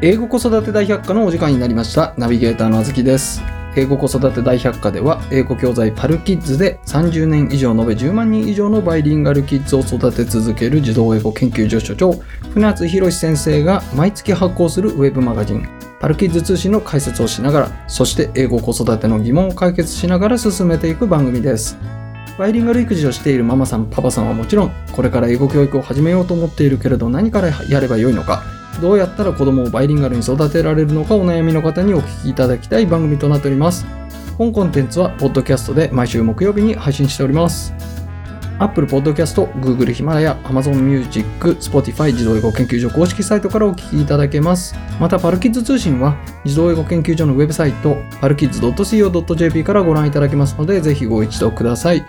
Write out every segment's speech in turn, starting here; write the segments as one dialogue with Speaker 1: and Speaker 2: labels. Speaker 1: 英語子育て大百科のお時間になりましたナビゲーターのあずきです英語子育て大百科では英語教材パルキッズで30年以上延べ10万人以上のバイリンガルキッズを育て続ける児童英語研究所所長船津博史先生が毎月発行するウェブマガジンパルキッズ通信の解説をしながらそして英語子育ての疑問を解決しながら進めていく番組ですバイリンガル育児をしているママさんパパさんはもちろんこれから英語教育を始めようと思っているけれど何からやればよいのかどうやったら子供をバイリンガルに育てられるのかお悩みの方にお聞きいただきたい番組となっております本コンテンツはポッドキャストで毎週木曜日に配信しております Apple Podcast、Google ヒマラヤ、Amazon Music、Spotify 児童英語研究所公式サイトからお聞きいただけます。また、パルキッズ通信は児童英語研究所のウェブサイト、パルキッズ .co.jp からご覧いただけますので、ぜひご一読ください。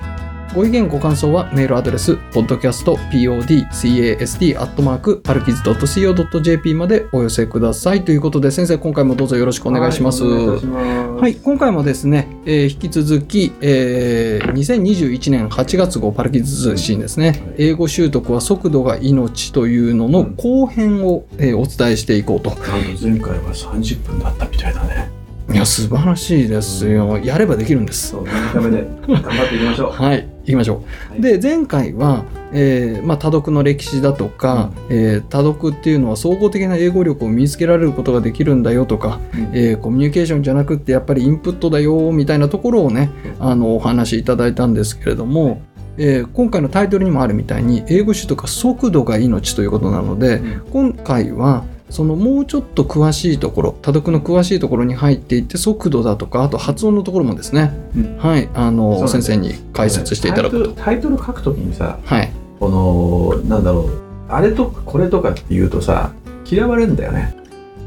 Speaker 1: ご意見ご感想はメールアドレス podcastpodcast.parkids.co.jp までお寄せくださいということで先生今回もどうぞよろしくお願いします。
Speaker 2: はい、お願
Speaker 1: はい
Speaker 2: いたします
Speaker 1: い、今回もですね、えー引き続き、えー2021年8月号パルキッズ通信ですね、英語習得は速度が命というのの後編を、えーお伝えしていこうと
Speaker 2: なんと前回は30分だったみたいだね。
Speaker 1: いや素晴らしいですよやればできるんです
Speaker 2: そう、3日目で頑張っていきましょう。
Speaker 1: はい、行きましょう。
Speaker 2: はい
Speaker 1: で前回は、えーまあ、多読の歴史だとか、えー多読っていうのは総合的な英語力を身につけられることができるんだよとか、
Speaker 2: うん
Speaker 1: えーコミュニケーションじゃなくってやっぱりインプットだよみたいなところをねあのお話しいただいたんですけれども、えー今回のタイトルにもあるみたいに英語習得は速度が命ということなので、
Speaker 2: うん
Speaker 1: 今回はそのもうちょっと詳しいところ多読の詳しいところに入っていって速度だとかあと発音のところもですね、
Speaker 2: うん
Speaker 1: はいあの、
Speaker 2: そうなんです
Speaker 1: 先生に解説していただくと。
Speaker 2: タイトルタイトル書くときにさ、
Speaker 1: はい、
Speaker 2: この、なんだろう、あれとかこれとかって言うとさ、嫌われるんだよね。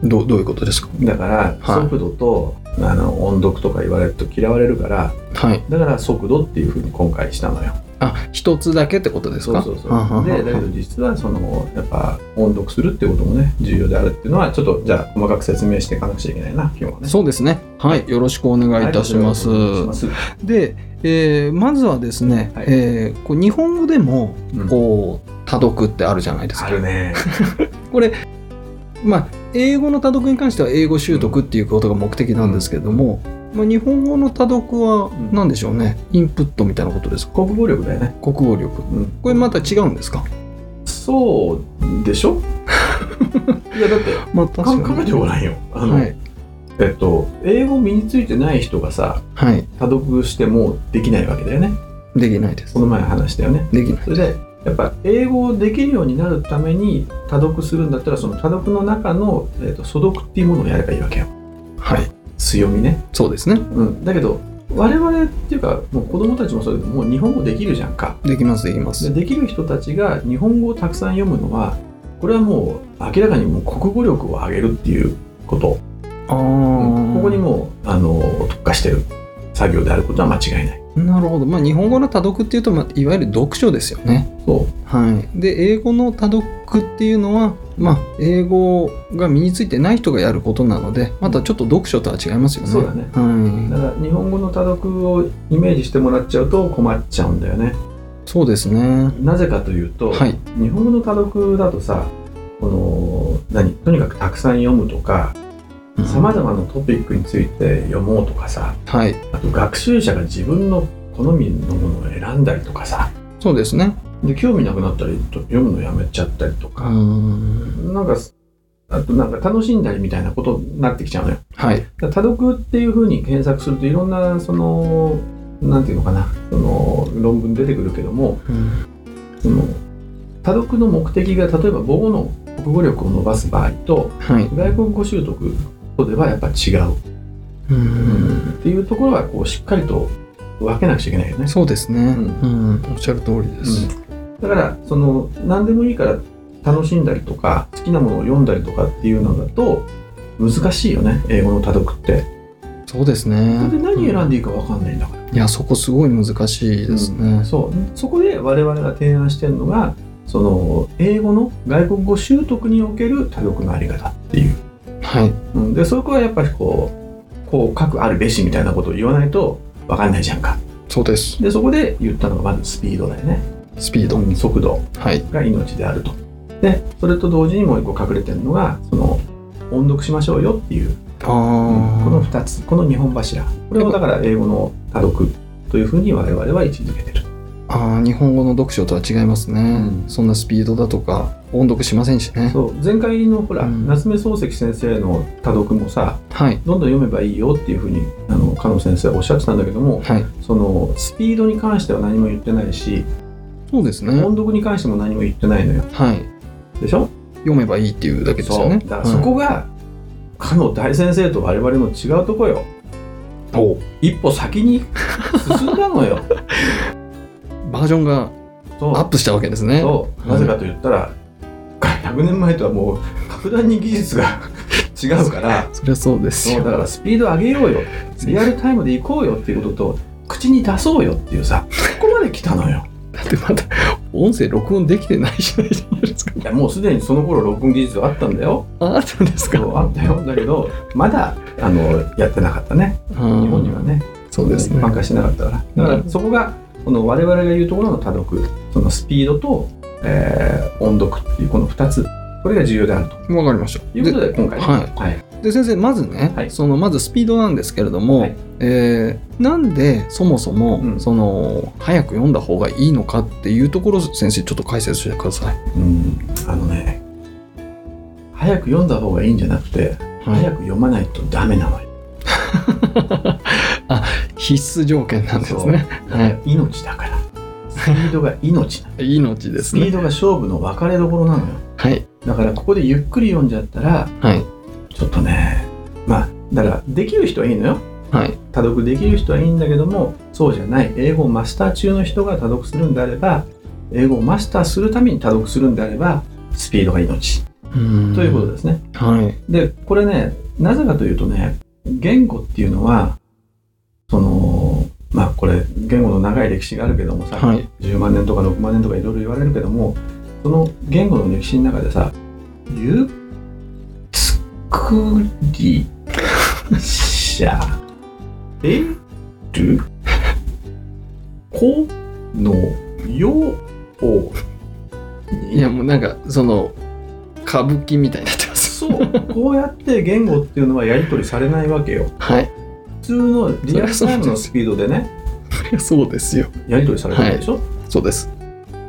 Speaker 1: どうどういうことですか
Speaker 2: だから、
Speaker 1: はい
Speaker 2: 速度と、あの音読とか言われると嫌われるから、
Speaker 1: はい
Speaker 2: だから速度っていうふうに今回したのよ。
Speaker 1: あ一つだけってことです
Speaker 2: そう
Speaker 1: か
Speaker 2: そうそ
Speaker 1: はんは
Speaker 2: う。
Speaker 1: んは
Speaker 2: で、
Speaker 1: ん
Speaker 2: だけど実はその、やっぱ音読するってこともね、重要であるっていうのは、ちょっとじゃあ細かく説明していかなくちゃいけないな、今日はね。
Speaker 1: そうですねはいよろしくお願いいたします、
Speaker 2: はいお願いし
Speaker 1: で、えーまずはですね、
Speaker 2: はい
Speaker 1: えーこう日本語でも
Speaker 2: うん
Speaker 1: こう多読ってあるじゃないですか
Speaker 2: あ るね。
Speaker 1: まあ、英語の多読に関しては英語習得っていうことが目的なんですけれども、まあ、日本語の多読は
Speaker 2: ん
Speaker 1: 何でしょうね、インプットみたいなことですか
Speaker 2: 国語力だよね。
Speaker 1: 国語力
Speaker 2: うん、
Speaker 1: これまた違うんですか
Speaker 2: そうで しょいやだって
Speaker 1: まあ確
Speaker 2: か考えてごらんよ。あの、
Speaker 1: はい
Speaker 2: えっと英語身についてない人がさ
Speaker 1: はい
Speaker 2: 多読してもできないわけだよね。
Speaker 1: できないです
Speaker 2: この前話したよね。
Speaker 1: できない
Speaker 2: それでやっぱ英語をできるようになるために多読するんだったらその多読の中の、えっと素読っていうものをやればいいわけよ。
Speaker 1: はい
Speaker 2: 強みね。
Speaker 1: そうですね
Speaker 2: うん、だけど我々っていうかもう子供たちもそうだけどもう日本語できるじゃんか。
Speaker 1: できますできま
Speaker 2: ですできる人たちが日本語をたくさん読むのはこれはもう明らかにもう国語力を上げるっていうこと、
Speaker 1: ああ、
Speaker 2: うんここにもうあの特化してる作業であることは間違いない
Speaker 1: なるほどまあ日本語の多読っていうと、まあ、いわゆる読書ですよね
Speaker 2: そ
Speaker 1: はいで英語の多読っていうのはまあ英語が身についてない人がやることなのでまたちょっと読書とは違いますよね
Speaker 2: そうだね
Speaker 1: は
Speaker 2: う
Speaker 1: い
Speaker 2: だから日本語の多読をイメージしてもらっちゃうと困っちゃうんだよね
Speaker 1: そうですね。
Speaker 2: なぜかというと、
Speaker 1: はい
Speaker 2: 日本語の多読だとさこの何とにかくたくさん読むとかさまざまなトピックについて読もうとかさ
Speaker 1: はい。
Speaker 2: あと学習者が自分の好みのものを選んだりとかさ
Speaker 1: そうですね。
Speaker 2: で興味なくなったりと読むのやめちゃったりと
Speaker 1: うー
Speaker 2: か、
Speaker 1: ん。
Speaker 2: なんかあとなんか楽しんだりみたいなことになってきちゃうのよ。
Speaker 1: はい。
Speaker 2: だから多読っていうふうに検索するといろんなそのなんていうのかなその論文出てくるけどもその多読の目的が例えば母語の国語力を伸ばす場合と
Speaker 1: はい。
Speaker 2: 外国語習得とではやっぱ違う、
Speaker 1: うーん。
Speaker 2: っていうところはこうしっかりと分けなくちゃいけないよね。
Speaker 1: そうですね。う。
Speaker 2: うん
Speaker 1: おっしゃる通りです。
Speaker 2: だからその何でもいいから楽しんだりとか好きなものを読んだりとかっていうのだと難しいよね英語の多読って。
Speaker 1: そうです
Speaker 2: だ
Speaker 1: ね
Speaker 2: って。何選んでいいか分かんないんだから。
Speaker 1: いや、そこすごい難しいですね。
Speaker 2: そうそこで我々が提案してるのがその英語の外国語習得における多読のあり方っていう。
Speaker 1: はい。
Speaker 2: うん、でそこはやっぱりこうこう書くあるべしみたいなことを言わないと分かんないじゃんか。
Speaker 1: そうです。
Speaker 2: でそこで言ったのがまずスピードだよね。
Speaker 1: スピード。
Speaker 2: うん速度。
Speaker 1: はい。
Speaker 2: が命であると。でそれと同時にもう一個隠れてるのがその音読しましょうよっていう、
Speaker 1: ああ、
Speaker 2: うんこの2つこの2本柱これをだから英語の多読というふうに我々は位置づけてる
Speaker 1: ああ日本語の読書とは違いますね、
Speaker 2: うん
Speaker 1: そんなスピードだとか音読しませんしね
Speaker 2: そう前回のほら、
Speaker 1: うん
Speaker 2: 夏目漱石先生の多読もさ
Speaker 1: はい
Speaker 2: どんどん読めばいいよっていうふうにあの加納先生はおっしゃってたんだけども
Speaker 1: はい
Speaker 2: そのスピードに関しては何も言ってないし
Speaker 1: そうですね
Speaker 2: 音読に関しても何も言ってないのよ
Speaker 1: はい
Speaker 2: でしょ
Speaker 1: 読めばいいっていうだけです
Speaker 2: そ
Speaker 1: よ
Speaker 2: う
Speaker 1: ね
Speaker 2: だからそこが加納大先生と我々の違うとこよ
Speaker 1: お
Speaker 2: 一歩先に進んだの よ
Speaker 1: バージョンが
Speaker 2: そう
Speaker 1: アップしたわけですね
Speaker 2: そう
Speaker 1: はい
Speaker 2: なぜかと言ったら、100年前とはもう格段に技術が 違うから
Speaker 1: そりゃそうです
Speaker 2: そう
Speaker 1: よ
Speaker 2: だからスピード上げようよリアルタイムで行こうよっていうことと口に出そうよっていうさここまで来たのよ
Speaker 1: だってまだ音声録音できてないじゃないじゃないですか
Speaker 2: いやもうすでにその頃録音技術はあったんだよ
Speaker 1: ああったんですか
Speaker 2: そうあったよだけどまだあのやってなかったね
Speaker 1: 日
Speaker 2: 日本にはね
Speaker 1: そうですね
Speaker 2: 参加してなかったからだか
Speaker 1: う
Speaker 2: らそこがこの我々が言うところの多読そのスピードと、えー音読っていうこの2つこれが重要であると
Speaker 1: わかりました
Speaker 2: いうことで今回ね
Speaker 1: はい
Speaker 2: はい
Speaker 1: で先生まずね、
Speaker 2: はい
Speaker 1: そのまずスピードなんですけれども、
Speaker 2: はい
Speaker 1: えーなんでそもそも、
Speaker 2: うん
Speaker 1: その早く読んだ方がいいのかっていうところ先生ちょっと解説してください。
Speaker 2: うんあのね早く読んだ方がいいんじゃなくて早く読まないとダメなのよ、
Speaker 1: 必須条件なんですね。はい、
Speaker 2: 命だからスピードが命 なの
Speaker 1: 命で
Speaker 2: ス
Speaker 1: す
Speaker 2: ピー
Speaker 1: ね。
Speaker 2: ドが勝負の分かれどころなのよ
Speaker 1: はい
Speaker 2: だからここでゆっくり読んじゃったら
Speaker 1: はい
Speaker 2: ちょっとねまあだからできる人はいいのよ
Speaker 1: はい
Speaker 2: 多読できる人はいいんだけどもそうじゃない英語をマスター中の人が多読するんであれば英語をマスターするために多読するんであればスピードが命
Speaker 1: と
Speaker 2: ということ
Speaker 1: で。
Speaker 2: ですね、
Speaker 1: はい
Speaker 2: でこれねなぜかというとね言語っていうのはそのまあこれ言語の長い歴史があるけどもさ、
Speaker 1: はい
Speaker 2: 10万年とか6万年とかいろいろ言われるけどもその言語の歴史の中でさ「ゆつくりし ゃべるこのように
Speaker 1: いやもうなんかその歌舞伎みたいになってます。
Speaker 2: そうこうやって言語っていうのはやり取りされないわけよ
Speaker 1: はい
Speaker 2: 普通のリアルタイムのスピードでね
Speaker 1: そうですよ。
Speaker 2: やり取りされるでしょ、
Speaker 1: そうです。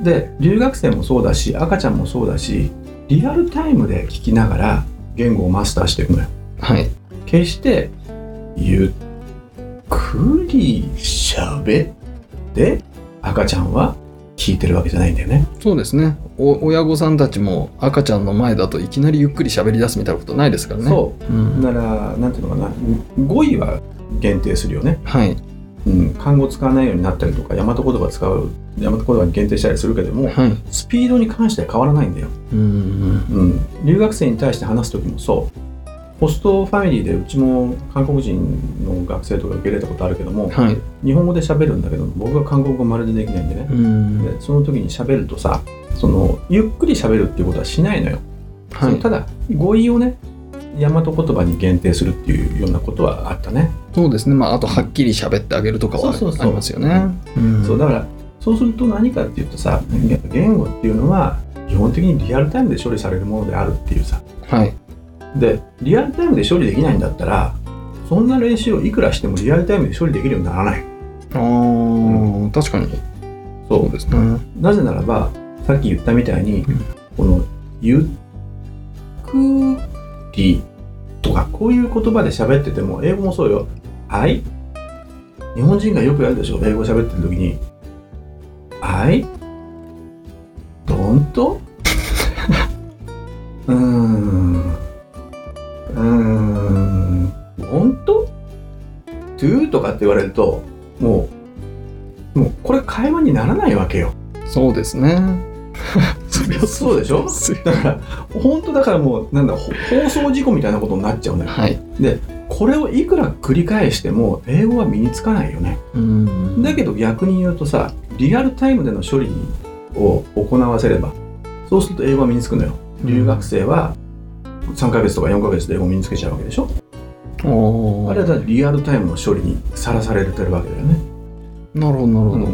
Speaker 2: で留学生もそうだし赤ちゃんもそうだしリアルタイムで聞きながら言語をマスターしていくのよ
Speaker 1: はい
Speaker 2: 決してゆっくりしゃべって赤ちゃんは聞いてるわけじゃないんだよね
Speaker 1: そうですね。お親御さんたちも赤ちゃんの前だといきなりゆっくり喋り出すみたいなことないですからね。。
Speaker 2: そう
Speaker 1: ん、
Speaker 2: ならなんていうのかな語彙は限定するよね
Speaker 1: はい
Speaker 2: うん、漢語使わないようになったりとか大和言葉使う大和言葉に限定したりするけども
Speaker 1: はい。
Speaker 2: スピードに関しては変わらないんだよ、
Speaker 1: うん
Speaker 2: うん、留学生に対して話す時もそうホストファミリーでうちも韓国人の学生とか受け入れたことあるけども
Speaker 1: はい。
Speaker 2: 日本語で喋るんだけど僕は韓国語まるでできないんでね
Speaker 1: うん。
Speaker 2: でその時に喋るとさそのゆっくり喋るっていうことはしないのよ、
Speaker 1: は
Speaker 2: その
Speaker 1: い。
Speaker 2: ただ語彙をね大和言葉に限定するっていうようなことはあったね
Speaker 1: そうですね。まあ、あとはっきり喋ってあげるとかは
Speaker 2: そうそうそ
Speaker 1: あ
Speaker 2: う
Speaker 1: りますよね。うん
Speaker 2: そうだからそうすると何かっていうとさやっぱ言語っていうのは基本的にリアルタイムで処理されるものであるっていうさ
Speaker 1: はい。
Speaker 2: でリアルタイムで処理できないんだったらそんな練習をいくらしてもリアルタイムで処理できるようにならない
Speaker 1: ああ、確かに。
Speaker 2: そ
Speaker 1: そうですね。
Speaker 2: なぜならばさっき言ったみたいに、
Speaker 1: うん
Speaker 2: この「ゆっくり」とかこういう言葉で喋ってても英語もそうよ「はい」日本人がよくやるでしょ英語喋ってる時に「はい」「どんと」 うーんうーん「ほんと?」「do」とかって言われるともうもうこれ会話にならないわけよ
Speaker 1: そうですね。そりゃ
Speaker 2: そうでしょ
Speaker 1: すよ
Speaker 2: だから 本当だからもうなんだほ放送事故みたいなことになっちゃうね
Speaker 1: はい。
Speaker 2: これをいくら繰り返しても英語は身につかないよね
Speaker 1: うん
Speaker 2: だけど逆に言うとさリアルタイムでの処理を行わせればそうすると英語は身につくのよ留学生は3ヶ月とか4ヶ月で英語を身につけちゃうわけでしょ
Speaker 1: おー
Speaker 2: あれはだからリアルタイムの処理にさらされてるわけだよね
Speaker 1: なるほど、なるほど。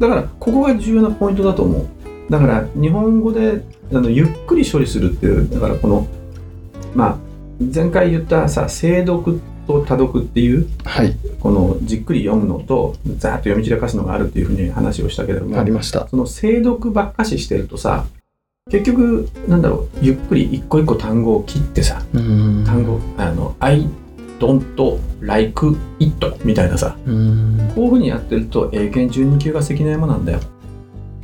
Speaker 2: だからここが重要なポイントだと思うだから日本語であのゆっくり処理するっていうだからこのまあ前回言ったさ精読と多読っていう
Speaker 1: はい、
Speaker 2: このじっくり読むのとざーっと読み散らかすのがあるっていうふうに話をしたけれども
Speaker 1: ありました。
Speaker 2: その精読ばっかししてるとさ結局なんだろうゆっくり一個一個単語を切ってさ
Speaker 1: うん
Speaker 2: 単語あの「I don't like it」みたいなさ
Speaker 1: うん。
Speaker 2: こういうふうにやってると英検12級が関の山なんだよ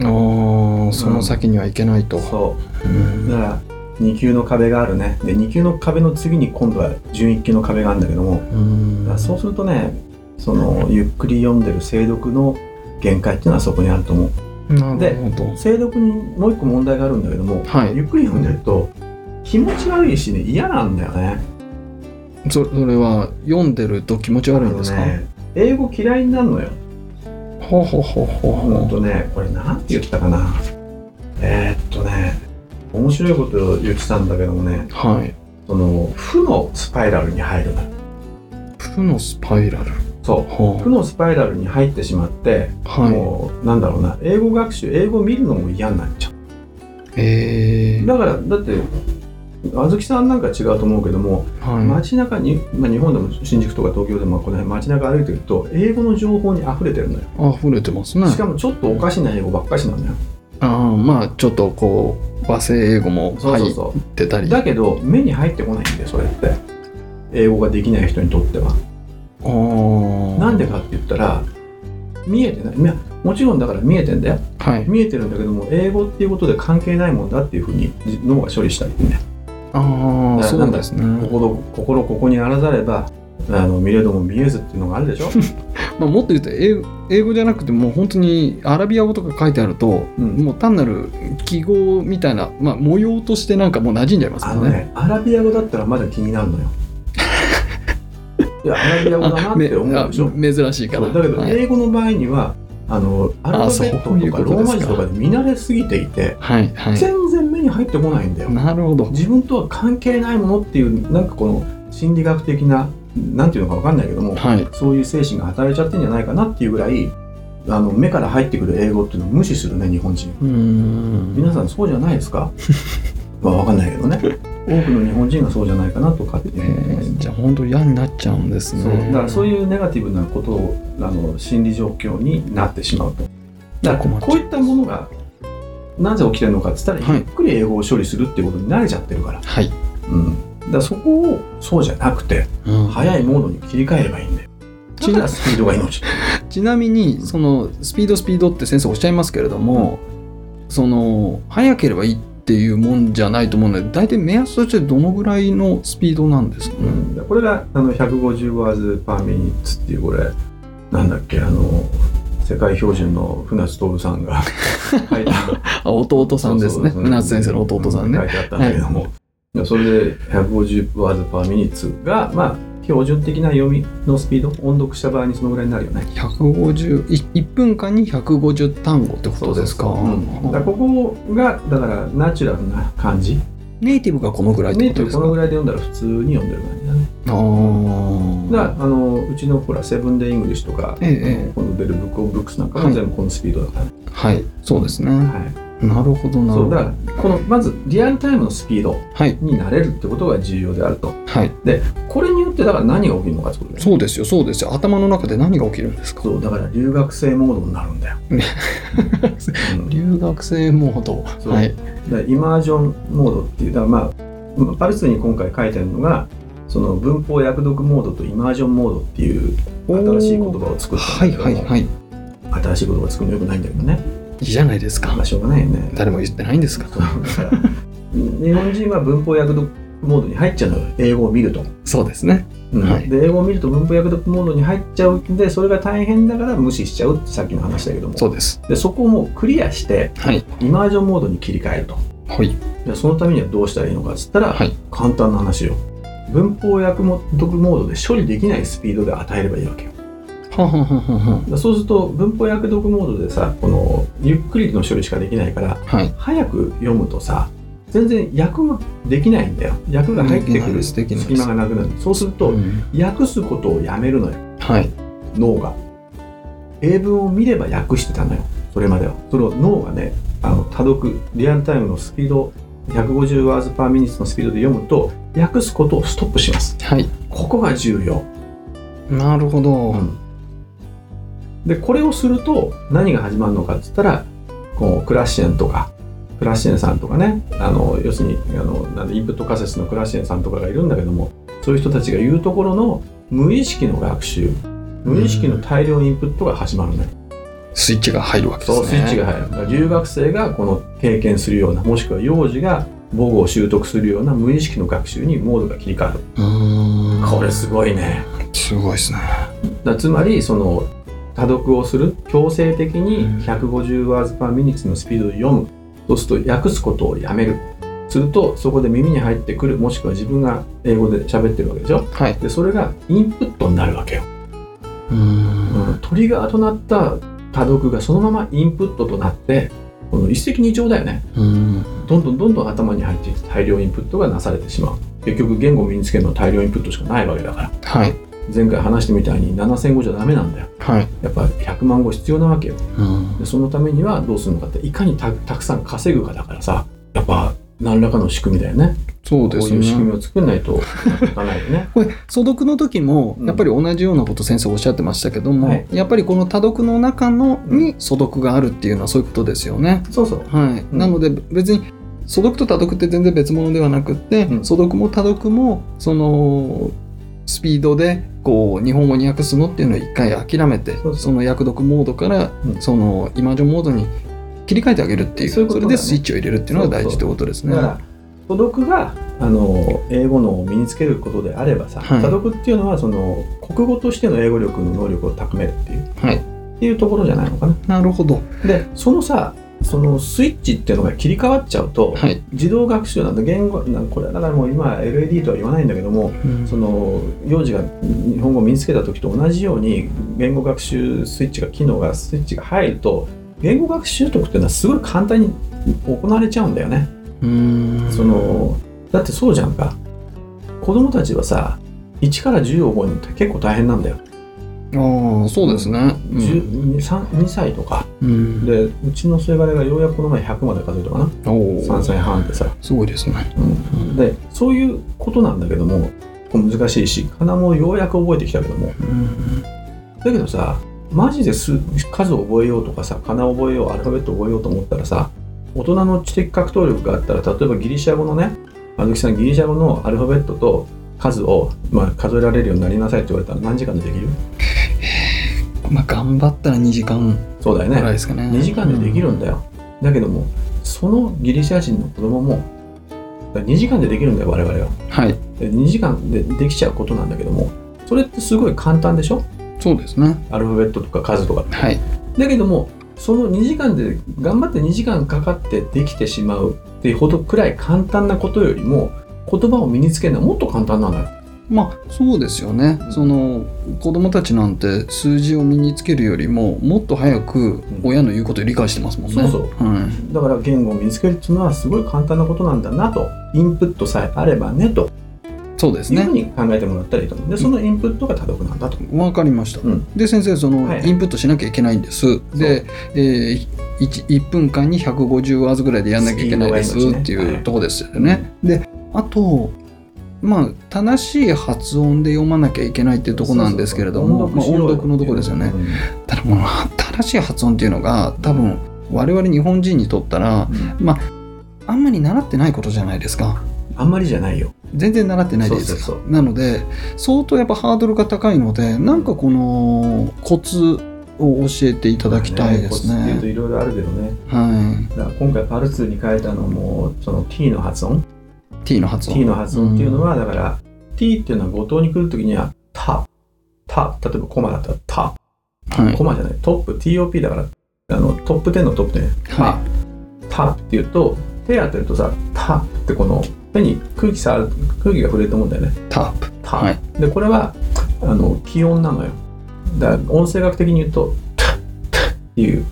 Speaker 1: ああ、その先にはいけないと。
Speaker 2: そううだ
Speaker 1: ん
Speaker 2: から2級の壁があるねで2級の壁の次に今度は11級の壁があるんだけども
Speaker 1: うん
Speaker 2: だからそうするとねそのゆっくり読んでる精読の限界っていうのはそこにあると思う
Speaker 1: なるほど。
Speaker 2: 精読にもう一個問題があるんだけども、
Speaker 1: はい
Speaker 2: ゆっくり読んでると気持ち悪いしね嫌なんだよね
Speaker 1: そそれは読んでると気持ち悪いんですか
Speaker 2: あのね英語嫌いになるのよ
Speaker 1: ほうほうほうほうほ
Speaker 2: ほん
Speaker 1: う
Speaker 2: とねこれなんて言ったかなえーっとね面白いこと言ってたんだけどもね
Speaker 1: はい。
Speaker 2: その負のスパイラルに入るのよ
Speaker 1: 負のスパイラル。
Speaker 2: そう負
Speaker 1: は
Speaker 2: のスパイラルに入ってしまって、
Speaker 1: あ、は
Speaker 2: もうなんだろうな英語学習英語見るのも嫌になっちゃう
Speaker 1: い。えー、
Speaker 2: だからだってあずきさんなんか違うと思うけども、
Speaker 1: は
Speaker 2: 街中に、まあ、日本でも新宿とか東京でもこの辺街中歩いてると英語の情報に溢れてるのよ
Speaker 1: い。溢れてますね。
Speaker 2: しかもちょっとおかしな英語ばっかしなのよ
Speaker 1: ああ、まあちょっとこう和製英語も
Speaker 2: そうそう
Speaker 1: 入
Speaker 2: そう、
Speaker 1: ってたり。
Speaker 2: だけど目に入ってこないんでそれって英語ができない人にとっては
Speaker 1: あー
Speaker 2: なんでかって言ったら見えてないいやもちろんだから見えてんだよ
Speaker 1: はい。
Speaker 2: 見えてるんだけども英語っていうことで関係ないもんだっていうふうに脳が処理したりね
Speaker 1: ああ、
Speaker 2: だから
Speaker 1: そうですね。
Speaker 2: 心心ここにあらざればあの見れども見えずっていうのがあるでしょ、
Speaker 1: まあ、もっと言うと英語英語じゃなくてもう本当にアラビア語とか書いてあると、
Speaker 2: うん
Speaker 1: もう単なる記号みたいな、まあ、模様としてなんかもう馴染んじゃいます
Speaker 2: あ
Speaker 1: よね。
Speaker 2: のねアラビア語だったらまだ気になるのよいやアラビア語だな
Speaker 1: あ
Speaker 2: っ
Speaker 1: め
Speaker 2: て思うでしょ
Speaker 1: あ珍しいか
Speaker 2: そ
Speaker 1: ら。
Speaker 2: うだけど
Speaker 1: はい
Speaker 2: 英語の場合にはあのアルファベット
Speaker 1: そうい
Speaker 2: と
Speaker 1: う
Speaker 2: か
Speaker 1: こ
Speaker 2: ロ
Speaker 1: と
Speaker 2: ー
Speaker 1: です
Speaker 2: マ
Speaker 1: か
Speaker 2: 字とかで見慣れすぎていて
Speaker 1: はいはい。
Speaker 2: 全然目に入ってこないんだよ
Speaker 1: なるほど。
Speaker 2: 自分とは関係ないものっていうなんかこの心理学的ななんていうのかわかんないけども
Speaker 1: はい。
Speaker 2: そういう精神が働いちゃってんじゃないかなっていうぐらいあの目から入ってくる英語っていうのを無視するね日本人
Speaker 1: うーん。
Speaker 2: 皆さんそうじゃないです かまあわかんないけどね多くの日本人がそうじゃないかなとか って
Speaker 1: え
Speaker 2: 思います
Speaker 1: ー、じゃあ本当嫌になっちゃうんですね。
Speaker 2: そうだからそう
Speaker 1: う
Speaker 2: いうネガティブなことをあの心理状況になってしまうとだか
Speaker 1: 困
Speaker 2: ら
Speaker 1: っちゃう
Speaker 2: こういったものがなぜ起きてるのかって言ったら、
Speaker 1: はい
Speaker 2: ゆっくり英語を処理するっていうことに慣れちゃってるから,、
Speaker 1: はい。
Speaker 2: うん、だからそこをそうじゃなくて
Speaker 1: うん
Speaker 2: 早いモードに切り替えればいいんだよだからスピードが命
Speaker 1: ちなみにそのスピードスピードって先生おっしゃいますけれども、その速ければいいっていうもんじゃないと思うので大体目安としてどのぐらいのスピードなんですか
Speaker 2: う
Speaker 1: ね、
Speaker 2: んこれがあの150ワーズパーミニッツっていうこれなんだっけあの世界標準の船津徹さ んが書いた
Speaker 1: あ弟さんですね
Speaker 2: そうそうそう
Speaker 1: 船津先生の弟さん
Speaker 2: 書
Speaker 1: ね
Speaker 2: いてあったんだけども、それで150ワードパーミニッツがまあ標準的な読みのスピード音読した場合にそのぐらいになるよね
Speaker 1: 150い1分間に150単語ってことですか
Speaker 2: うんだからここがだからナチュラルな感じ
Speaker 1: ネイティブがこのぐらいって
Speaker 2: ネ
Speaker 1: こ
Speaker 2: イ
Speaker 1: と
Speaker 2: テ
Speaker 1: で
Speaker 2: ィブ
Speaker 1: す
Speaker 2: こ
Speaker 1: か
Speaker 2: のぐらいで読んだら普通に読んでる感じだね
Speaker 1: あー
Speaker 2: だからあのうちのほらセブンデイングリッシュとか、
Speaker 1: ええええ
Speaker 2: このベルブックオブブックスなんかも全部このスピードだからね、
Speaker 1: はいそうですね
Speaker 2: はい
Speaker 1: なるほどなる
Speaker 2: そう
Speaker 1: ほど
Speaker 2: だからこのまずリアルタイムのスピード
Speaker 1: はい
Speaker 2: になれるってことが重要であると
Speaker 1: はい
Speaker 2: これによってだから何が起きるのかってことだよね
Speaker 1: そうですよそうですよ頭の中で何が起きるんですか
Speaker 2: そうだから留学生モードになる んだよ。
Speaker 1: ね
Speaker 2: うんだか
Speaker 1: 留学生モード
Speaker 2: そう
Speaker 1: はい
Speaker 2: らイマージョンモードっていうだからまあまあパルスに今回書いてあるのがその文法訳読モードとイマージョンモードっていう新しい言葉を作った
Speaker 1: は
Speaker 2: ん
Speaker 1: い
Speaker 2: だけども
Speaker 1: はいはいい
Speaker 2: 新しい言葉を作るのよくないんだけどね
Speaker 1: いじゃないですか
Speaker 2: まあしょうがないよね。
Speaker 1: 誰も言ってないんですか
Speaker 2: そうだから日本人は文法訳読モードに入っちゃうのよ英語を見ると。
Speaker 1: そうですね
Speaker 2: うん
Speaker 1: はい
Speaker 2: で英語を見ると文法訳読モードに入っちゃうんでそれが大変だから無視しちゃうってさっきの話だけども
Speaker 1: そうです
Speaker 2: でそこをもうクリアして
Speaker 1: はい
Speaker 2: イマージョンモードに切り替えると。
Speaker 1: はい
Speaker 2: じゃあそのためにはどうしたらいいのかっつったら、
Speaker 1: はい
Speaker 2: 簡単な話よ文法訳も読モードで処理できないスピードで与えればいいわけよだか
Speaker 1: はははは
Speaker 2: らそうすると文法訳読モードでさこのゆっくりの処理しかできないから
Speaker 1: ははい
Speaker 2: 早く読むとさ全然訳ができないんだよ訳が入って
Speaker 1: できな
Speaker 2: くる
Speaker 1: いですできないです
Speaker 2: 隙間がなくなるそうすると、
Speaker 1: うん
Speaker 2: 訳すことをやめるのよ
Speaker 1: はい
Speaker 2: 脳が英文を見れば訳してたのよそれまではそれを脳がねあの多読リアルタイムのスピード150ワーズパーミニッツのスピードで読むと訳すことをストップします
Speaker 1: はい。
Speaker 2: ここが重要、
Speaker 1: なるほど。
Speaker 2: でこれをすると何が始まるのかって言ったらこうクラシエンとかクラシエンさんとかねあの要するにあのなんでインプット仮説のクラシエンさんとかがいるんだけどもそういう人たちが言うところの無意識の学習無意識の大量インプットが始まるね、
Speaker 1: スイッチが入るわけで
Speaker 2: そう
Speaker 1: す
Speaker 2: スイ
Speaker 1: ね。
Speaker 2: ッチが入るだから留学生がこの経験するようなもしくは幼児が母語を習得するような無意識の学習にモードが切り替わる
Speaker 1: うーん。
Speaker 2: これすごいね
Speaker 1: すごいですね。
Speaker 2: だつまりその多読をする強制的に
Speaker 1: うん
Speaker 2: 150ワーズパーミニッツのスピードで読むそうすると訳すことをやめるするとそこで耳に入ってくるもしくは自分が英語で喋ってるわけでしょ
Speaker 1: はい。
Speaker 2: でそれがインプットになるわけよ、
Speaker 1: うーん。
Speaker 2: うん、トリガーとなった多読がそのままインプットとなってこの一石二鳥だよね
Speaker 1: うん。
Speaker 2: どんどんどんどん頭に入っていって大量インプットがなされてしまう結局言語を身につけるのは大量インプットしかないわけだから
Speaker 1: はい。
Speaker 2: 前回話したみたいに7000語じゃダメなんだよ
Speaker 1: はい。
Speaker 2: やっぱ100万語必要なわけよ
Speaker 1: うん。
Speaker 2: でそのためにはどうするのかっていかにたたくさん稼ぐかだからさやっぱ何らかの仕組みだよね
Speaker 1: そうです
Speaker 2: こういう仕組
Speaker 1: ね。
Speaker 2: みを作んないといかないよね
Speaker 1: これ素読の時も
Speaker 2: うん
Speaker 1: やっぱり同じようなこと先生おっしゃってましたけども、
Speaker 2: はい
Speaker 1: やっぱりこの多読の中のに素読があるっていうのはそういうことですよね。
Speaker 2: そうそう
Speaker 1: はい
Speaker 2: うん
Speaker 1: なので別に素読と多読って全然別物ではなくって、
Speaker 2: うん
Speaker 1: 素読も多読もそのスピードでこう日本語に訳すのっていうのを一回諦めて
Speaker 2: そうそう
Speaker 1: その訳読モードから、
Speaker 2: うん
Speaker 1: そのイマージョンモードに切り替えてあげるっていう
Speaker 2: そういうことだ
Speaker 1: れ
Speaker 2: ね
Speaker 1: でスイッチを入れるっていうのが大事ってことですね。
Speaker 2: だから孤独があの英語のを身につけることであればさ、
Speaker 1: はい
Speaker 2: 多読っていうのはその国語としての英語力の能力を高めるっていう
Speaker 1: はい、
Speaker 2: っていうところじゃないのかな
Speaker 1: なるほど、
Speaker 2: でそのさそのスイッチっていうのが切り替わっちゃうと、
Speaker 1: はい
Speaker 2: 自動学習なんだ言語なんこれはだからもう今 LAD とは言わないんだけども
Speaker 1: うん
Speaker 2: その幼児が日本語を身につけた時と同じように言語学習スイッチが機能がスイッチが入ると言語学習得っていうのはすごい簡単に行われちゃうんだよね。
Speaker 1: うん
Speaker 2: そのだってそうじゃんか子供たちはさ1から10を覚えるのって結構大変なんだよ、
Speaker 1: ああそうですね。うん
Speaker 2: 2, 2歳とか
Speaker 1: うん、
Speaker 2: でうちの末彼がようやくこの前100まで数えたかな
Speaker 1: お
Speaker 2: 3
Speaker 1: お
Speaker 2: 歳半でさ、
Speaker 1: すごいですね。うん
Speaker 2: でそういうことなんだけども難しいしかなもようやく覚えてきたけども
Speaker 1: うん
Speaker 2: だけどさマジです数を覚えようとかさ仮名を覚えようアルファベットを覚えようと思ったらさ大人の知的格闘力があったら例えばギリシャ語のねあずきさんギリシャ語のアルファベットと数を、まあ、数えられるようになりなさいって言われたら何時間でできる
Speaker 1: まあ頑張ったら2時間
Speaker 2: そうだよ
Speaker 1: ぐ
Speaker 2: ね
Speaker 1: らいですかね。
Speaker 2: 2時間でできるんだよ、だけどもそのギリシャ人の子供も2時間でできるんだよ我々は
Speaker 1: うんはい
Speaker 2: で2時間でできちゃうことなんだけどもそれってすごい簡単でしょ
Speaker 1: そうですね。
Speaker 2: アルファベットとか数とか
Speaker 1: はい。
Speaker 2: だけどもその2時間で頑張って2時間かかってできてしまうっていうほどくらい簡単なことよりも言葉を身につけるのはもっと簡単なのよ。
Speaker 1: まあそうですよね。その子供たちなんて数字を身につけるよりももっと早く親の言うことを理解してますもんね。
Speaker 2: そうそう
Speaker 1: はい。
Speaker 2: だから言語を身につけるっていうのはすごい簡単なことなんだなとインプットさえあればねと
Speaker 1: そうです
Speaker 2: いうふ
Speaker 1: ね
Speaker 2: う。に考えてもらったらいいと思う。でそのインプットが多読なんだと。
Speaker 1: わかりました。
Speaker 2: うん
Speaker 1: で先生その、
Speaker 2: はい
Speaker 1: インプットしなきゃいけないんです。で、えー、1, 分間に150ワーズぐらいでやんなきゃいけないです
Speaker 2: スピードが命ね
Speaker 1: っていうとこですよね。であとまあ正しい発音で読まなきゃいけないっていうとこなんですけれども
Speaker 2: そうそうそう
Speaker 1: まあ、音読のとこですよね。
Speaker 2: うん
Speaker 1: ただもう新しい発音っていうのが多分我々日本人にとったら
Speaker 2: うん
Speaker 1: あんまり習ってないことじゃないですか
Speaker 2: あんまりじゃないよ。
Speaker 1: 全然習ってないじゃないですか
Speaker 2: そうそう
Speaker 1: なので相当やっぱハードルが高いのでなんかこのコツを教えていただきたいです
Speaker 2: コツっていうと
Speaker 1: ね
Speaker 2: いろいろあるけどね。
Speaker 1: は
Speaker 2: だから今回パルツーに変えたのもその t の発音。
Speaker 1: い T の発
Speaker 2: t
Speaker 1: 音
Speaker 2: の発音っていうのは、だから t っていうのは五島に来るときには「た」「た」例えばコマだったら「た」
Speaker 1: はい
Speaker 2: コマじゃないトップ TOP だからあのトップ10のトップ10「た
Speaker 1: は」
Speaker 2: 「た」っていうと手当てるとさ「た」ってこの手に空気触る空気が触れると思うんだよね
Speaker 1: いタップ
Speaker 2: 「た」
Speaker 1: はい
Speaker 2: でこれはあの気温なのよだから音声学的に言うと「た」「た」っていう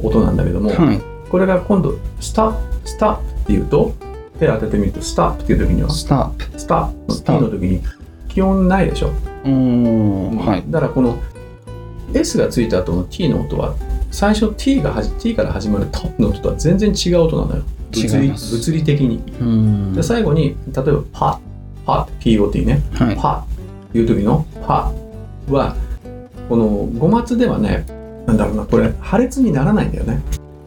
Speaker 2: 音なんだけども、
Speaker 1: はい
Speaker 2: これが今度「スタップ」「スタップ」っていうと手当ててみると「スタップ」っていうときには
Speaker 1: スタップ
Speaker 2: スターの
Speaker 1: ス
Speaker 2: T
Speaker 1: ター
Speaker 2: の時に気温ないでしょ、
Speaker 1: うーんはい
Speaker 2: だからこの S がついた後の T の音は最初 T, がはじ T から始まるトの音とは全然違う音なのよ物
Speaker 1: 違い
Speaker 2: 理
Speaker 1: ます
Speaker 2: 物理的に
Speaker 1: うーん
Speaker 2: で最後に例えばパパ POT ね
Speaker 1: はい。
Speaker 2: パっていう時のパはこの語末ではねなんだろうなこれ破裂にならないんだよね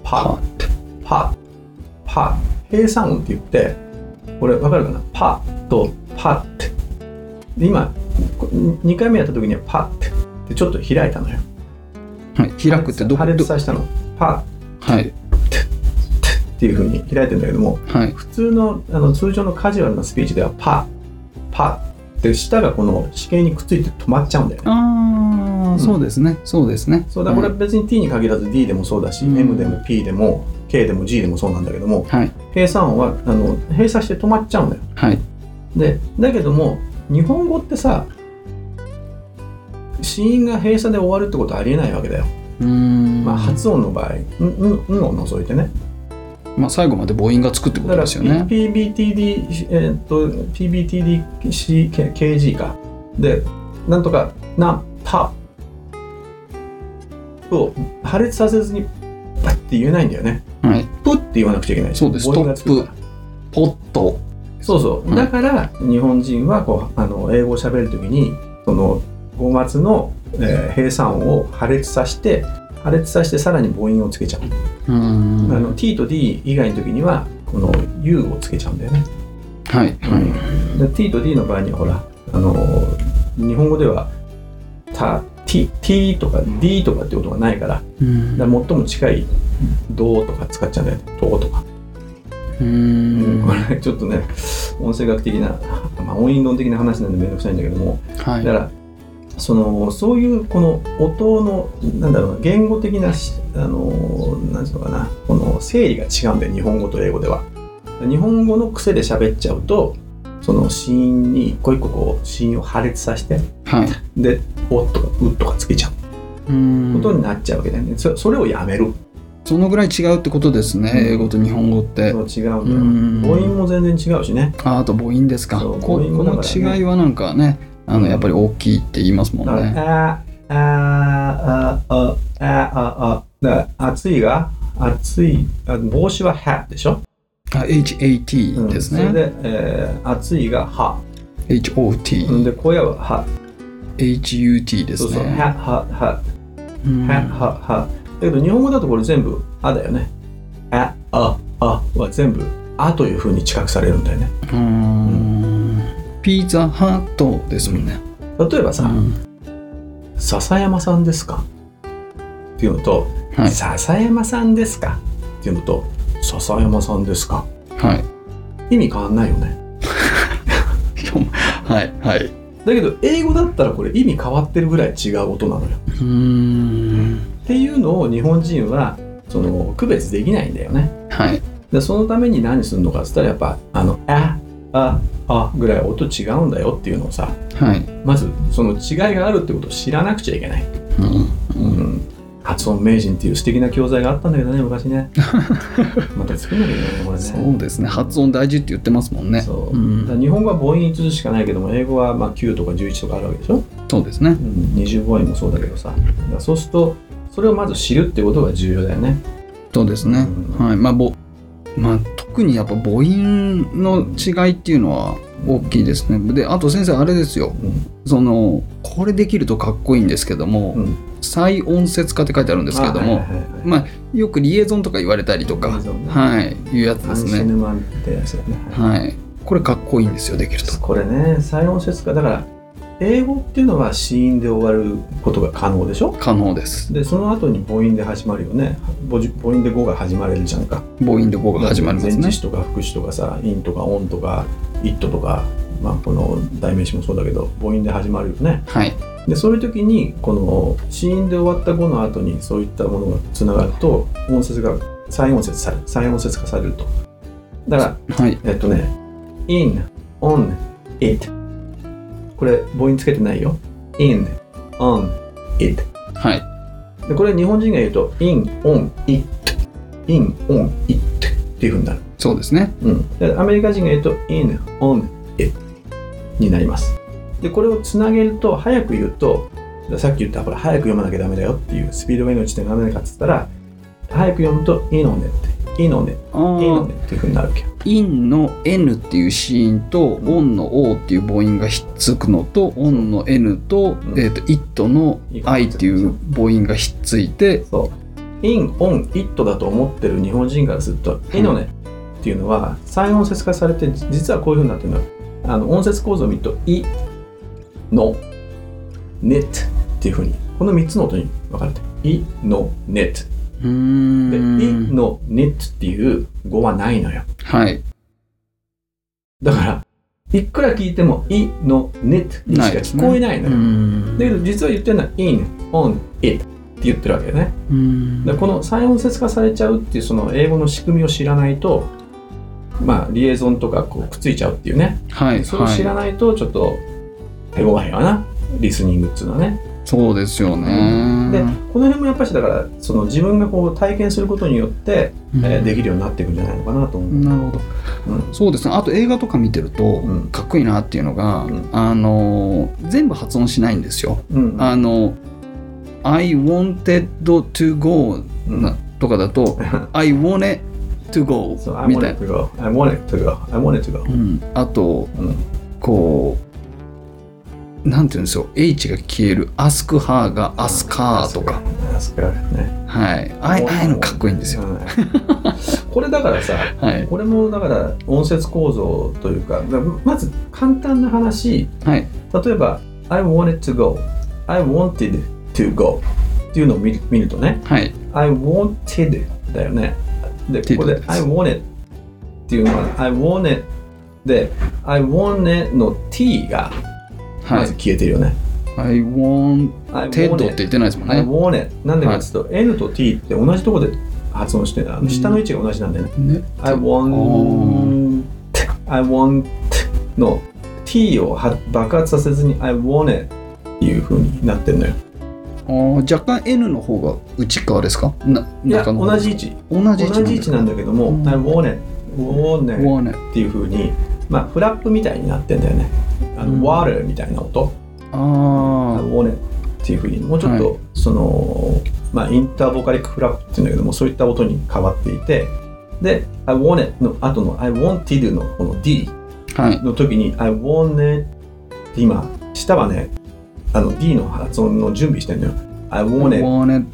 Speaker 2: パパパ閉鎖音って言ってこれわかるかなパとパってで今2回目やった時にはパってでちょっと開いたのよ
Speaker 1: はい、開くってどこ
Speaker 2: 破
Speaker 1: ど
Speaker 2: 裂させたのパ
Speaker 1: はい。
Speaker 2: っていうふうに開いてんだけども
Speaker 1: はい。
Speaker 2: 普通のあの通常のカジュアルなスピーチではパパって舌がこの歯形にくっついて止まっちゃうんだよね
Speaker 1: ああ、そうですね。そうですね。
Speaker 2: そうだこれ別に T に限らず D でもそうだし、
Speaker 1: うん
Speaker 2: M でも P でも K でも G でもそうなんだけども
Speaker 1: はい。
Speaker 2: 閉鎖音はあの閉鎖して止まっちゃうんだよ
Speaker 1: はい。
Speaker 2: でだけども日本語ってさ子音が閉鎖で終わるってことはありえないわけだよ、
Speaker 1: うーん。
Speaker 2: まあ、発音の場合「うんうんうん」を除いてね
Speaker 1: まあ、最後まで母音がつくってこと
Speaker 2: だから
Speaker 1: ですよね。
Speaker 2: P- PBTD、えーっと PBTDKG かでなんとか「な」「た」を破裂させずにパッて言えないんだよね
Speaker 1: はい。
Speaker 2: プって言わなくちゃいけない
Speaker 1: そうです
Speaker 2: 母音がつくから
Speaker 1: ポッと。
Speaker 2: そうそう、
Speaker 1: はい
Speaker 2: だから日本人はこうあの英語を喋るときにその語末の、えー、閉鎖音を破裂させて破裂させてさらに母音をつけちゃう、
Speaker 1: うーん。
Speaker 2: あ
Speaker 1: は
Speaker 2: の T と D 以外の時にはこの U をつけちゃうんだよね、
Speaker 1: い。はい。
Speaker 2: で T と D の場合にはほらあの日本語では「た」T「T」とか「D」とかってことがないから
Speaker 1: うー
Speaker 2: だ
Speaker 1: ん
Speaker 2: から最も近い「どう」とか使っちゃうんだよね「どう」とか。
Speaker 1: うーん
Speaker 2: これちょっとね音声学的な、まあ、音韻論的な話なんでめんどくさいんだけども
Speaker 1: は
Speaker 2: だ
Speaker 1: い
Speaker 2: か。らそのそういうこの音のなんだろうな言語的なしあのなんていうのかなこの整理が違うんだよ日本語と英語では。日本語の癖で喋っちゃうとその子音に一個一個こう子音を破裂させて
Speaker 1: はい。
Speaker 2: で「お」とか「う」とかつけちゃう
Speaker 1: うー
Speaker 2: こと
Speaker 1: ん。
Speaker 2: になっちゃうわけだよね、そそれをやめる
Speaker 1: そのぐらい違うってことですね。
Speaker 2: うん
Speaker 1: 英語と日本語って。
Speaker 2: そう違う
Speaker 1: うんん
Speaker 2: だよ母音も全然違うしね
Speaker 1: ああと母音ですか。
Speaker 2: そ
Speaker 1: こ
Speaker 2: う
Speaker 1: こ
Speaker 2: 母音もだ
Speaker 1: の
Speaker 2: からね
Speaker 1: 違いはなんかね、あのやっぱり大きいって言いますもん
Speaker 2: だから、
Speaker 1: ね。
Speaker 2: あー、あー、あー、あー、あー、だから、暑いが、暑い、あ帽子は hat でしょ、
Speaker 1: あ HAT
Speaker 2: うん
Speaker 1: です
Speaker 2: そ
Speaker 1: ね。
Speaker 2: れで、えー、暑いが、は。
Speaker 1: HOT、
Speaker 2: で、小屋は、は。
Speaker 1: HUT で
Speaker 2: そう
Speaker 1: す
Speaker 2: そう、
Speaker 1: ね。
Speaker 2: は、は、は、
Speaker 1: うん
Speaker 2: は、は、は。だけど、日本語だとこれ全部、あだよね。あ、あ、あは全部、あというふうに近くされるんだよね。
Speaker 1: うーんピザハットですもんね。
Speaker 2: 例えばさ、
Speaker 1: うん
Speaker 2: 笹山さんですかっていうのと、
Speaker 1: はい
Speaker 2: 笹山さんですかっていうのと、笹山さんですか
Speaker 1: はい
Speaker 2: 意味変わんないよね。
Speaker 1: はいはい。う
Speaker 2: だけど英語だったらこれ意味変わってるぐらい違う音なのよ。
Speaker 1: ーん
Speaker 2: っていうのを日本人はその区別できないんだよね。
Speaker 1: はい
Speaker 2: でそのために何するのかっつったらやっぱあの「あ」「あ」「あ」ぐらい音違うんだよっていうのをさ
Speaker 1: はい。
Speaker 2: まずその違いがあるってことを知らなくちゃいけない。
Speaker 1: うん
Speaker 2: う
Speaker 1: うん
Speaker 2: ん発音名人っていう素敵な教材があったんだけどね昔ねまた作んなきゃいけないねこれね
Speaker 1: そうですね。発音大事って言ってますもんね。
Speaker 2: そう
Speaker 1: う
Speaker 2: だか
Speaker 1: ん
Speaker 2: ら日本語は母音5つしかないけども英語はまあ9とか11とかあるわけでしょ
Speaker 1: そうですね。
Speaker 2: うん20母音もそうだけどさだからそうするとそれをまず知るってことが重要だよね
Speaker 1: そうですね
Speaker 2: う。ん
Speaker 1: はい。まあぼまあ特にやっぱ母音の違いっていうのは大きいですね。であと先生あれですよ。
Speaker 2: うん
Speaker 1: そのこれできるとかっこいいんですけども、
Speaker 2: うん
Speaker 1: 再音節化って書いてあるんですけども、
Speaker 2: あはいはいはいはい
Speaker 1: まあよくリエゾンとか言われたりとか、
Speaker 2: そうね
Speaker 1: はい、いうやつ
Speaker 2: ア
Speaker 1: で
Speaker 2: ン
Speaker 1: す
Speaker 2: シ
Speaker 1: ね。
Speaker 2: ヌマンってやつだよね、
Speaker 1: はい、これかっこいいんですよ、できると。
Speaker 2: これね再音節化だから英語っていうのは子音で終わることが可能でしょ
Speaker 1: 可能です。
Speaker 2: でその後に母音で始まるよね母じ母音で語が始まれるじゃんか
Speaker 1: 母音で語が始まります
Speaker 2: 前
Speaker 1: ね
Speaker 2: 置。詞とか副詞とかさインとかオンとかイットとかまあこの代名詞もそうだけど母音で始まるよね
Speaker 1: はい、
Speaker 2: でそういう時にこの死因で終わった語の後にそういったものがつながると音節が再音節され再音節化されるとだか
Speaker 1: はい、
Speaker 2: らえっとね「in」「on」「it」これ母音つけてないよ「in」「on」「it
Speaker 1: はい、」
Speaker 2: でこれ日本人が言うと「in」「on」「it」「in」「on」「it」っていうふうになる、
Speaker 1: そうですね。
Speaker 2: うん、でアメリカ人が言うと「in」「on」「it」になりますでこれをつなげると早く言うとさっき言ったこれ早く読まなきゃダメだよっていうスピードが命ってダメだかっつったら早く読むと「in on it」 「い」の「ね」
Speaker 1: あ
Speaker 2: 「い」の「
Speaker 1: ー
Speaker 2: ね」っていうふうになるけど
Speaker 1: インの N っていう子音と、オンの O っていう母音がひっつくのと、オンの N と、
Speaker 2: うん
Speaker 1: えっ、と、イットの I っていう母音がひっついて、
Speaker 2: そう「イン」「オン」「イット」だと思ってる日本人からすると「
Speaker 1: ん
Speaker 2: い」の「ね」っていうのは再音節化されて実はこういうふうになってるのあの音節構造を見ると「い」「の」「ね」っていうふうにこの3つの音に分かれてる「い」「の」「ね」
Speaker 1: うー
Speaker 2: で「い」
Speaker 1: ん。
Speaker 2: の「ね」っていう語はないのよ
Speaker 1: はい。
Speaker 2: だからいくら聞いても「い」の「ね」にしか聞こえないの
Speaker 1: う
Speaker 2: よ
Speaker 1: ん。
Speaker 2: だけど実は言ってるのは「in」「on」「it」って言ってるわけよね
Speaker 1: うん
Speaker 2: でこの再音節化されちゃうっていうその英語の仕組みを知らないとまあリエゾンとかこうくっついちゃうっていうね
Speaker 1: はい、
Speaker 2: それを知ら
Speaker 1: は
Speaker 2: ないとちょっと手強いわなリスニングっていうのはね
Speaker 1: い。そうですよね。
Speaker 2: でこの辺もやっぱりだからその自分がこう体験することによって、
Speaker 1: うん
Speaker 2: えーできるようになっていくんじゃないのかなと思う、
Speaker 1: なるほど。
Speaker 2: うん
Speaker 1: そうですね。あと映画とか見てると、
Speaker 2: ん
Speaker 1: かっこいいなっていうのが、
Speaker 2: うん
Speaker 1: あのー全部発音しないんですよ。
Speaker 2: うん
Speaker 1: あの I wanted to go
Speaker 2: うん
Speaker 1: なとかだ と I wanted to go
Speaker 2: そう I
Speaker 1: みたい
Speaker 2: wanted
Speaker 1: な。
Speaker 2: to go I wanted to go I wanted to go
Speaker 1: うん、あと
Speaker 2: うん
Speaker 1: こうなんて言うんでしょう H が消える Ask her が Ask her とか、
Speaker 2: Ask her ね
Speaker 1: はい、あああいうのかっこいいんですよ。
Speaker 2: うんこれだからさ
Speaker 1: はい、
Speaker 2: これもだから音節構造というかままず簡単な話
Speaker 1: はい、
Speaker 2: 例えば「I wanted to go」「I wanted to go」っていうのを見る見るとね
Speaker 1: はい、
Speaker 2: 「I wanted」だよねで
Speaker 1: did
Speaker 2: ここで
Speaker 1: です
Speaker 2: 「I wanted」っていうのは「I wanted」で「I wanted」の t が
Speaker 1: は
Speaker 2: ま
Speaker 1: い
Speaker 2: ず。消えてるよね
Speaker 1: I want
Speaker 2: I
Speaker 1: テッドって
Speaker 2: wanted
Speaker 1: 言ってないですもん
Speaker 2: I
Speaker 1: ね。
Speaker 2: wanted なんでかっていうと、N と T って同じところで発音してるあの下の位置が同じなんだよね
Speaker 1: ね
Speaker 2: I
Speaker 1: ー
Speaker 2: want I want の T をは爆発させずに I want it っていう風になってるのよ。
Speaker 1: あー若干 N の方が内側ですかな、
Speaker 2: いや
Speaker 1: 中の方
Speaker 2: 同じ位置
Speaker 1: 同
Speaker 2: 同
Speaker 1: じ位置
Speaker 2: じ位置なんだけども、
Speaker 1: うん
Speaker 2: I want it want it
Speaker 1: わね
Speaker 2: っていう風にまあフラップみたいになってんだよね。あの、
Speaker 1: うん
Speaker 2: water みたいな音、I
Speaker 1: あ
Speaker 2: want it っていう風にもうちょっと、
Speaker 1: は
Speaker 2: そのまあインターボカリックフラップっていうんだけどもそういった音に変わっていて。で、I want it の後の I wanted のこの D
Speaker 1: あはい
Speaker 2: の時に「I wanted」って今下はねあの D の発音の準備してんのよ「I wanted」っ
Speaker 1: わね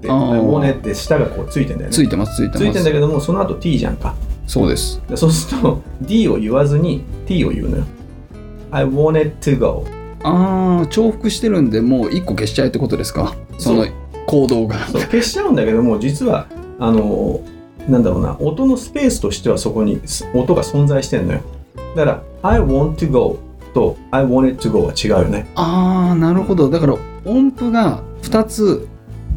Speaker 2: て「
Speaker 1: あ
Speaker 2: I
Speaker 1: ー
Speaker 2: wanted」って下がこうついてんだよね
Speaker 1: ついてますついて
Speaker 2: つい
Speaker 1: ま
Speaker 2: てん
Speaker 1: す
Speaker 2: だけどもその後 T じゃんか
Speaker 1: そうです
Speaker 2: でそうすると D を言わずに T を言うのよ「I wanted to go
Speaker 1: ああ重複してるんでもう一個消しちゃえってことですかそ
Speaker 2: そう
Speaker 1: の行動が」
Speaker 2: そう消しちゃうんだけども実はあのーなんだろうな音のスペースとしてはそこにす音が存在してんのよだから「I want to go」と「I wanted to go」は違うよね
Speaker 1: ああなるほどだから音符が2つ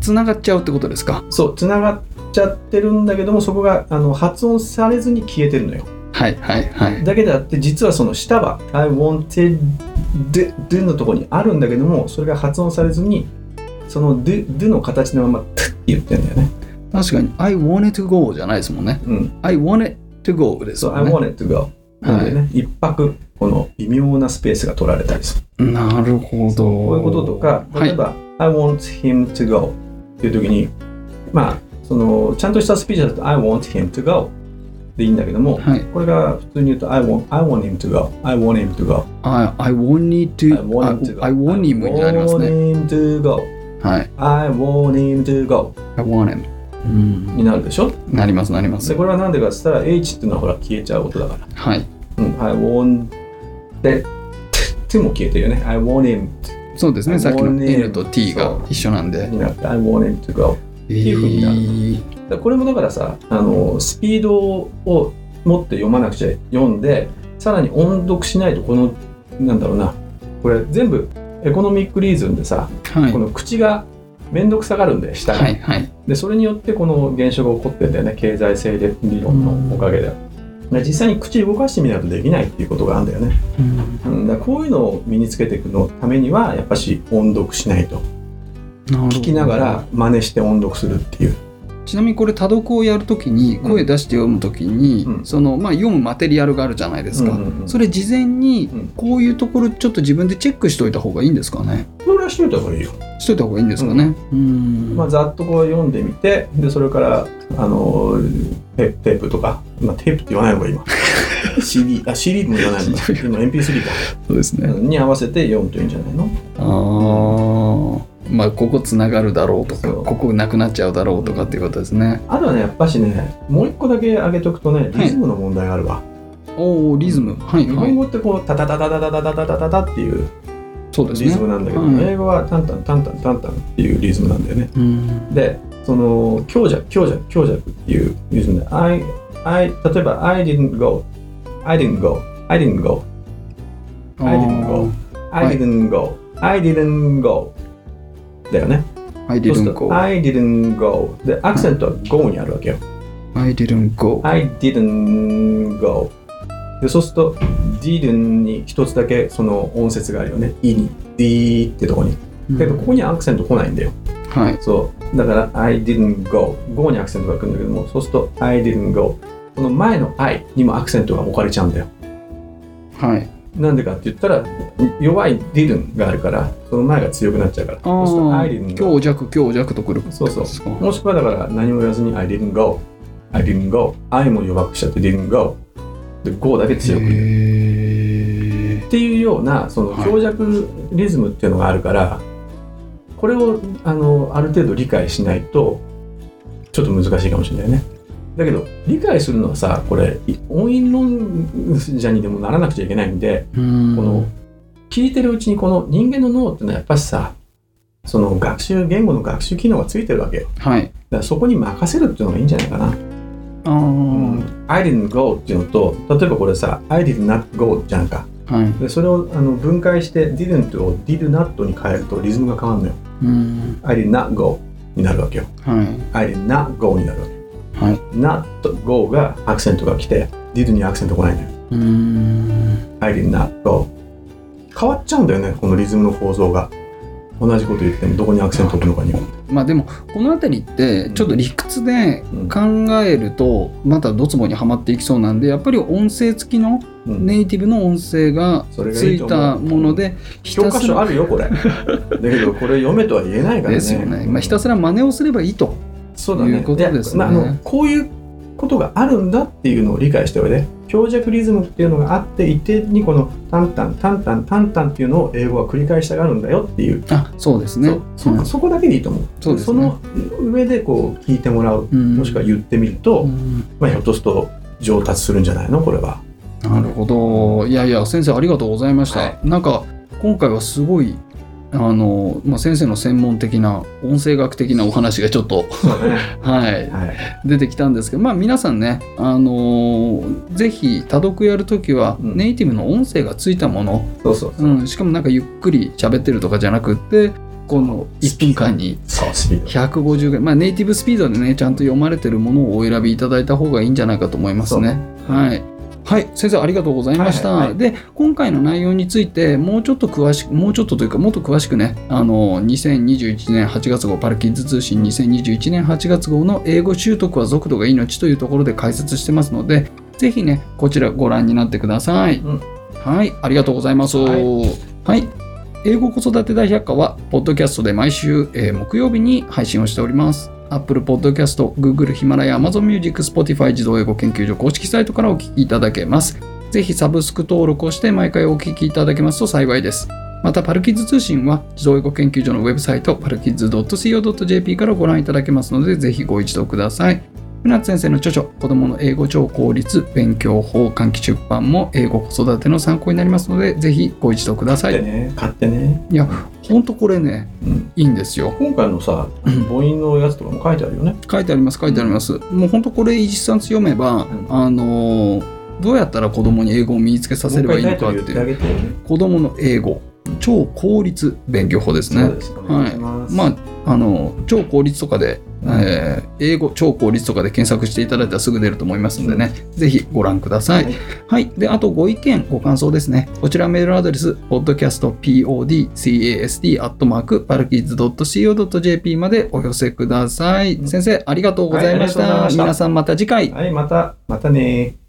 Speaker 1: つながっちゃうってことですか
Speaker 2: そう、つながっちゃってるんだけども、そこがあの発音されずに消えてるのよ。
Speaker 1: はいはいはい
Speaker 2: だけであって、実はその下は、I wanted d のところにあるんだけども、それが発音されずに、その d の形のまま、t って言ってんだよね。
Speaker 1: 確かに I wanted to go じゃないですもんね
Speaker 2: うん。
Speaker 1: I wanted to go です
Speaker 2: そう、
Speaker 1: も
Speaker 2: I
Speaker 1: んね
Speaker 2: wanted to go。なんでね、一泊、この微妙なスペースが取られたりする。
Speaker 1: なるほど
Speaker 2: こういうこととか、
Speaker 1: はい
Speaker 2: 例えば、I want him to go っていう時に、まあ、その、ちゃんとしたスピーチだと、I want him to go でいいんだけども、
Speaker 1: はい
Speaker 2: これが普通に言うと I want, I want him to go I want him to go
Speaker 1: I, I want need
Speaker 2: I
Speaker 1: to
Speaker 2: want him to go
Speaker 1: I, I want him になりますね。
Speaker 2: I want him to go
Speaker 1: はい。
Speaker 2: I want him to go
Speaker 1: I want him。うん。
Speaker 2: になるでしょ
Speaker 1: なりますなりま。
Speaker 2: ですこれはなんでかって言ったら H っていうのはほら消えちゃう音だから、
Speaker 1: はい。
Speaker 2: うん、I want で T も消えてるよね I want him
Speaker 1: そうです
Speaker 2: I
Speaker 1: ね。さっき
Speaker 2: want
Speaker 1: の
Speaker 2: him
Speaker 1: N と T が
Speaker 2: そう
Speaker 1: 一緒なんで。
Speaker 2: になって I want him to go
Speaker 1: え
Speaker 2: いうふうになる
Speaker 1: ー、
Speaker 2: だこれもだからさあのスピードを持って読まなくちゃ読んでさらに音読しないとこのなんだろうなこれ全部エコノミックリーズンでさ
Speaker 1: はい
Speaker 2: こ。の口が面倒くさがるんで下が、
Speaker 1: はいはい。
Speaker 2: でそれによってこの現象が起こってんだよね経済性で理論のおかげで。で実際に口動かしてみないとできないっていうことがあるんだよね、
Speaker 1: うん
Speaker 2: うん、だからこういうのを身につけていくのためにはやっぱし音読しないと
Speaker 1: なるほど
Speaker 2: 聞きながら真似して音読するっていう
Speaker 1: ちなみにこれ多読をやるときに
Speaker 2: うん
Speaker 1: 声出して読むときに、
Speaker 2: うん
Speaker 1: そのまあ、読むマテリアルがあるじゃないですか、
Speaker 2: うんうんうん
Speaker 1: それ事前に
Speaker 2: うん
Speaker 1: こういうところちょっと自分でチェックしといた方がいいんですかね
Speaker 2: それはしといた方がいいよ、
Speaker 1: しといた方がいいんですかねうん
Speaker 2: まあ、ざっとこう読んでみてでそれからあのテテープとか、まあ、テープって言わない方がいい 今 CD あ CD も言わないのか
Speaker 1: CD
Speaker 2: 今 MP3 か
Speaker 1: そうですね、
Speaker 2: に合わせて読むといいんじゃないの
Speaker 1: あーまあここつながるだろうとか
Speaker 2: そう
Speaker 1: ここなくなっちゃうだろうとかっていうことですね
Speaker 2: あとはねやっぱしねもう一個だけ挙げとくとねリズムの問題があるわ、
Speaker 1: おおリズムはい
Speaker 2: 日
Speaker 1: はい
Speaker 2: 本語ってこうタタタタタタタタタタタタっていう
Speaker 1: そうです
Speaker 2: リズ
Speaker 1: ね
Speaker 2: ムなんだけど、
Speaker 1: はい
Speaker 2: 英語はタンタンタンタンタンタンっていうリズムなんだよね
Speaker 1: うん
Speaker 2: でその強弱強弱強弱っていうリズムで I, I 例えば I didn't go I didn't go I didn't go
Speaker 1: あ
Speaker 2: I didn't go
Speaker 1: ー
Speaker 2: I didn't go I didn't go だよね
Speaker 1: I
Speaker 2: そうする
Speaker 1: didn't
Speaker 2: と
Speaker 1: go
Speaker 2: I didn't go でアクセントは go にあるわけよ
Speaker 1: I didn't go
Speaker 2: I didn't go でそうすると didn't に一つだけその音節があるよね E に D ってとこに
Speaker 1: うん
Speaker 2: けどここにアクセント来ないんだよ
Speaker 1: はい
Speaker 2: そう。だから、I didn't go。go にアクセントが来るんだけども、そうすると、I didn't go。この前の I にもアクセントが置かれちゃうんだよ。
Speaker 1: はい
Speaker 2: なんでかって言ったら、弱い didn't があるから、その前が強くなっちゃうから。
Speaker 1: あ
Speaker 2: そうすると、I
Speaker 1: ー
Speaker 2: didn't
Speaker 1: 強
Speaker 2: go。
Speaker 1: 弱強弱とくる
Speaker 2: そうそう
Speaker 1: ですか
Speaker 2: もしくはだから、何も言わずに、I didn't go。I didn't go。I も弱くしちゃって、didn't go。で、go だけ強く。っ
Speaker 1: へ
Speaker 2: ていうような、その
Speaker 1: はい
Speaker 2: 強弱リズムっていうのがあるから、これをあのある程度理解しないと、ちょっと難しいかもしれないね。だけど理解するのはさこれい音韻論者にでもならなくちゃいけないんで
Speaker 1: こ
Speaker 2: この聞いてるうちにこの人間の脳ってのはやっぱしさその学習言語の学習機能がついてるわけよ
Speaker 1: はい
Speaker 2: だからそこに任せるっていうのがいいんじゃないかな、
Speaker 1: あー
Speaker 2: I didn't go っていうのと例えばこれさ I did not go じゃんか
Speaker 1: はい
Speaker 2: でそれをあの分解して didn't を did not に変えるとリズムが変わるのよ
Speaker 1: うん、
Speaker 2: I did not go になるわけよ
Speaker 1: はい、
Speaker 2: I did not go になるわけ
Speaker 1: はい
Speaker 2: not go がアクセントが来て did にアクセント来ないんだよ
Speaker 1: うーん
Speaker 2: I did not go 変わっちゃうんだよねこのリズムの構造が同じこと言ってもどこにアクセント置くのかによって
Speaker 1: まあでもこの辺りってちょっと理屈で
Speaker 2: うん
Speaker 1: 考えるとまたドツボにはまっていきそうなんでやっぱり音声付きの
Speaker 2: うん
Speaker 1: ネイティブの音声が
Speaker 2: それが
Speaker 1: つ
Speaker 2: いい
Speaker 1: い
Speaker 2: と思う
Speaker 1: たものでひ
Speaker 2: 教
Speaker 1: た
Speaker 2: 科
Speaker 1: す
Speaker 2: 書あ
Speaker 1: ら
Speaker 2: るよこれだけどこれ読めとは言えないからね
Speaker 1: ですよね、まあ、ひたすら真似をすればいいと
Speaker 2: そうだね
Speaker 1: いうことですね
Speaker 2: でまああのこういうことがあるんだっていうのを理解しておいて強弱リズムっていうのがあって一定にこのタンタンタンタンタンタンっていうのを英語は繰り返したがるんだよっていう、
Speaker 1: あそうですね
Speaker 2: そうそ
Speaker 1: ん
Speaker 2: そこだけでいいと思う
Speaker 1: そうですね
Speaker 2: の上でこう聞いてもらう
Speaker 1: うん
Speaker 2: もしくは言ってみると、
Speaker 1: うん
Speaker 2: まあ、ひょっとすると上達するんじゃないのこれは。
Speaker 1: なるほどいやいや先生ありがとうございました、
Speaker 2: はい
Speaker 1: なんか今回はすごいあの、まあ、先生の専門的な音声学的なお話がちょっと
Speaker 2: そうね。
Speaker 1: はい
Speaker 2: はい。
Speaker 1: 出てきたんですけど、まあ、皆さんね、あのーぜひ多読やるときは
Speaker 2: うん
Speaker 1: ネイティブの音声がついたもの、
Speaker 2: そうそう。
Speaker 1: うんしかもなんかゆっくり喋ってるとかじゃなくってこの1分間に
Speaker 2: そう、スピー
Speaker 1: 150ぐらい、まあ、ネイティブスピードでねちゃんと読まれてるものをお選びいただいた方がいいんじゃないかと思いますね。はいはい、先生ありがとうございました、
Speaker 2: はいはいはい
Speaker 1: で今回の内容についてもうちょっと詳しくもうちょっとというかもっと詳しくねあの2021年8月号パルキッズ通信2021年8月号の英語習得は速度が命というところで解説してますのでぜひねこちらご覧になってください、
Speaker 2: うん
Speaker 1: はいありがとうございます
Speaker 2: は
Speaker 1: はい英語子育て大百科は、ポッドキャストで毎週、えー木曜日に配信をしております。Apple Podcast、Google、ヒマラヤ、Amazon Music、Spotify 自動英語研究所公式サイトからお聞きいただけます。ぜひサブスク登録をして毎回お聞きいただけますと幸いです。また、パルキッズ通信は、自動英語研究所のウェブサイト、パルキッズ .co.jp からご覧いただけますので、ぜひご一読ください。船津先生の著書、子供の英語超効率勉強法換気出版も英語子育ての参考になりますので、ぜひご一読くださ
Speaker 2: 買
Speaker 1: い
Speaker 2: って。ね。買ってね。
Speaker 1: いや、ほんとこれね、
Speaker 2: うん。
Speaker 1: いいんですよ。
Speaker 2: 今回のさ、
Speaker 1: うん
Speaker 2: 母音のやつとかも書いてあるよね。
Speaker 1: 書いてあります、書いてあります。もうほんとこれ、一冊読めば、
Speaker 2: ん
Speaker 1: あのーどうやったら子供に英語を身につけさせればいいのかって
Speaker 2: もう一
Speaker 1: いう、
Speaker 2: 回タイトル言って
Speaker 1: 子供の英語、超効率勉強法です
Speaker 2: あげてよ
Speaker 1: ね
Speaker 2: ね。そう。です。お
Speaker 1: はい
Speaker 2: 願いします。
Speaker 1: まあ、あのー超効率とかでえー英語超効率とかで検索していただいたらすぐ出ると思いますのでね、ぜひご覧ください。
Speaker 2: はい
Speaker 1: はい。で、あとご意見、ご感想ですね。こちらメールアドレス、podcastpodcast.parkids.co.jp までお寄せください。
Speaker 2: うん
Speaker 1: 先生、ありがとうございました。
Speaker 2: はいありがとうございました
Speaker 1: 皆さんまた次回。
Speaker 2: はい、また、またねー。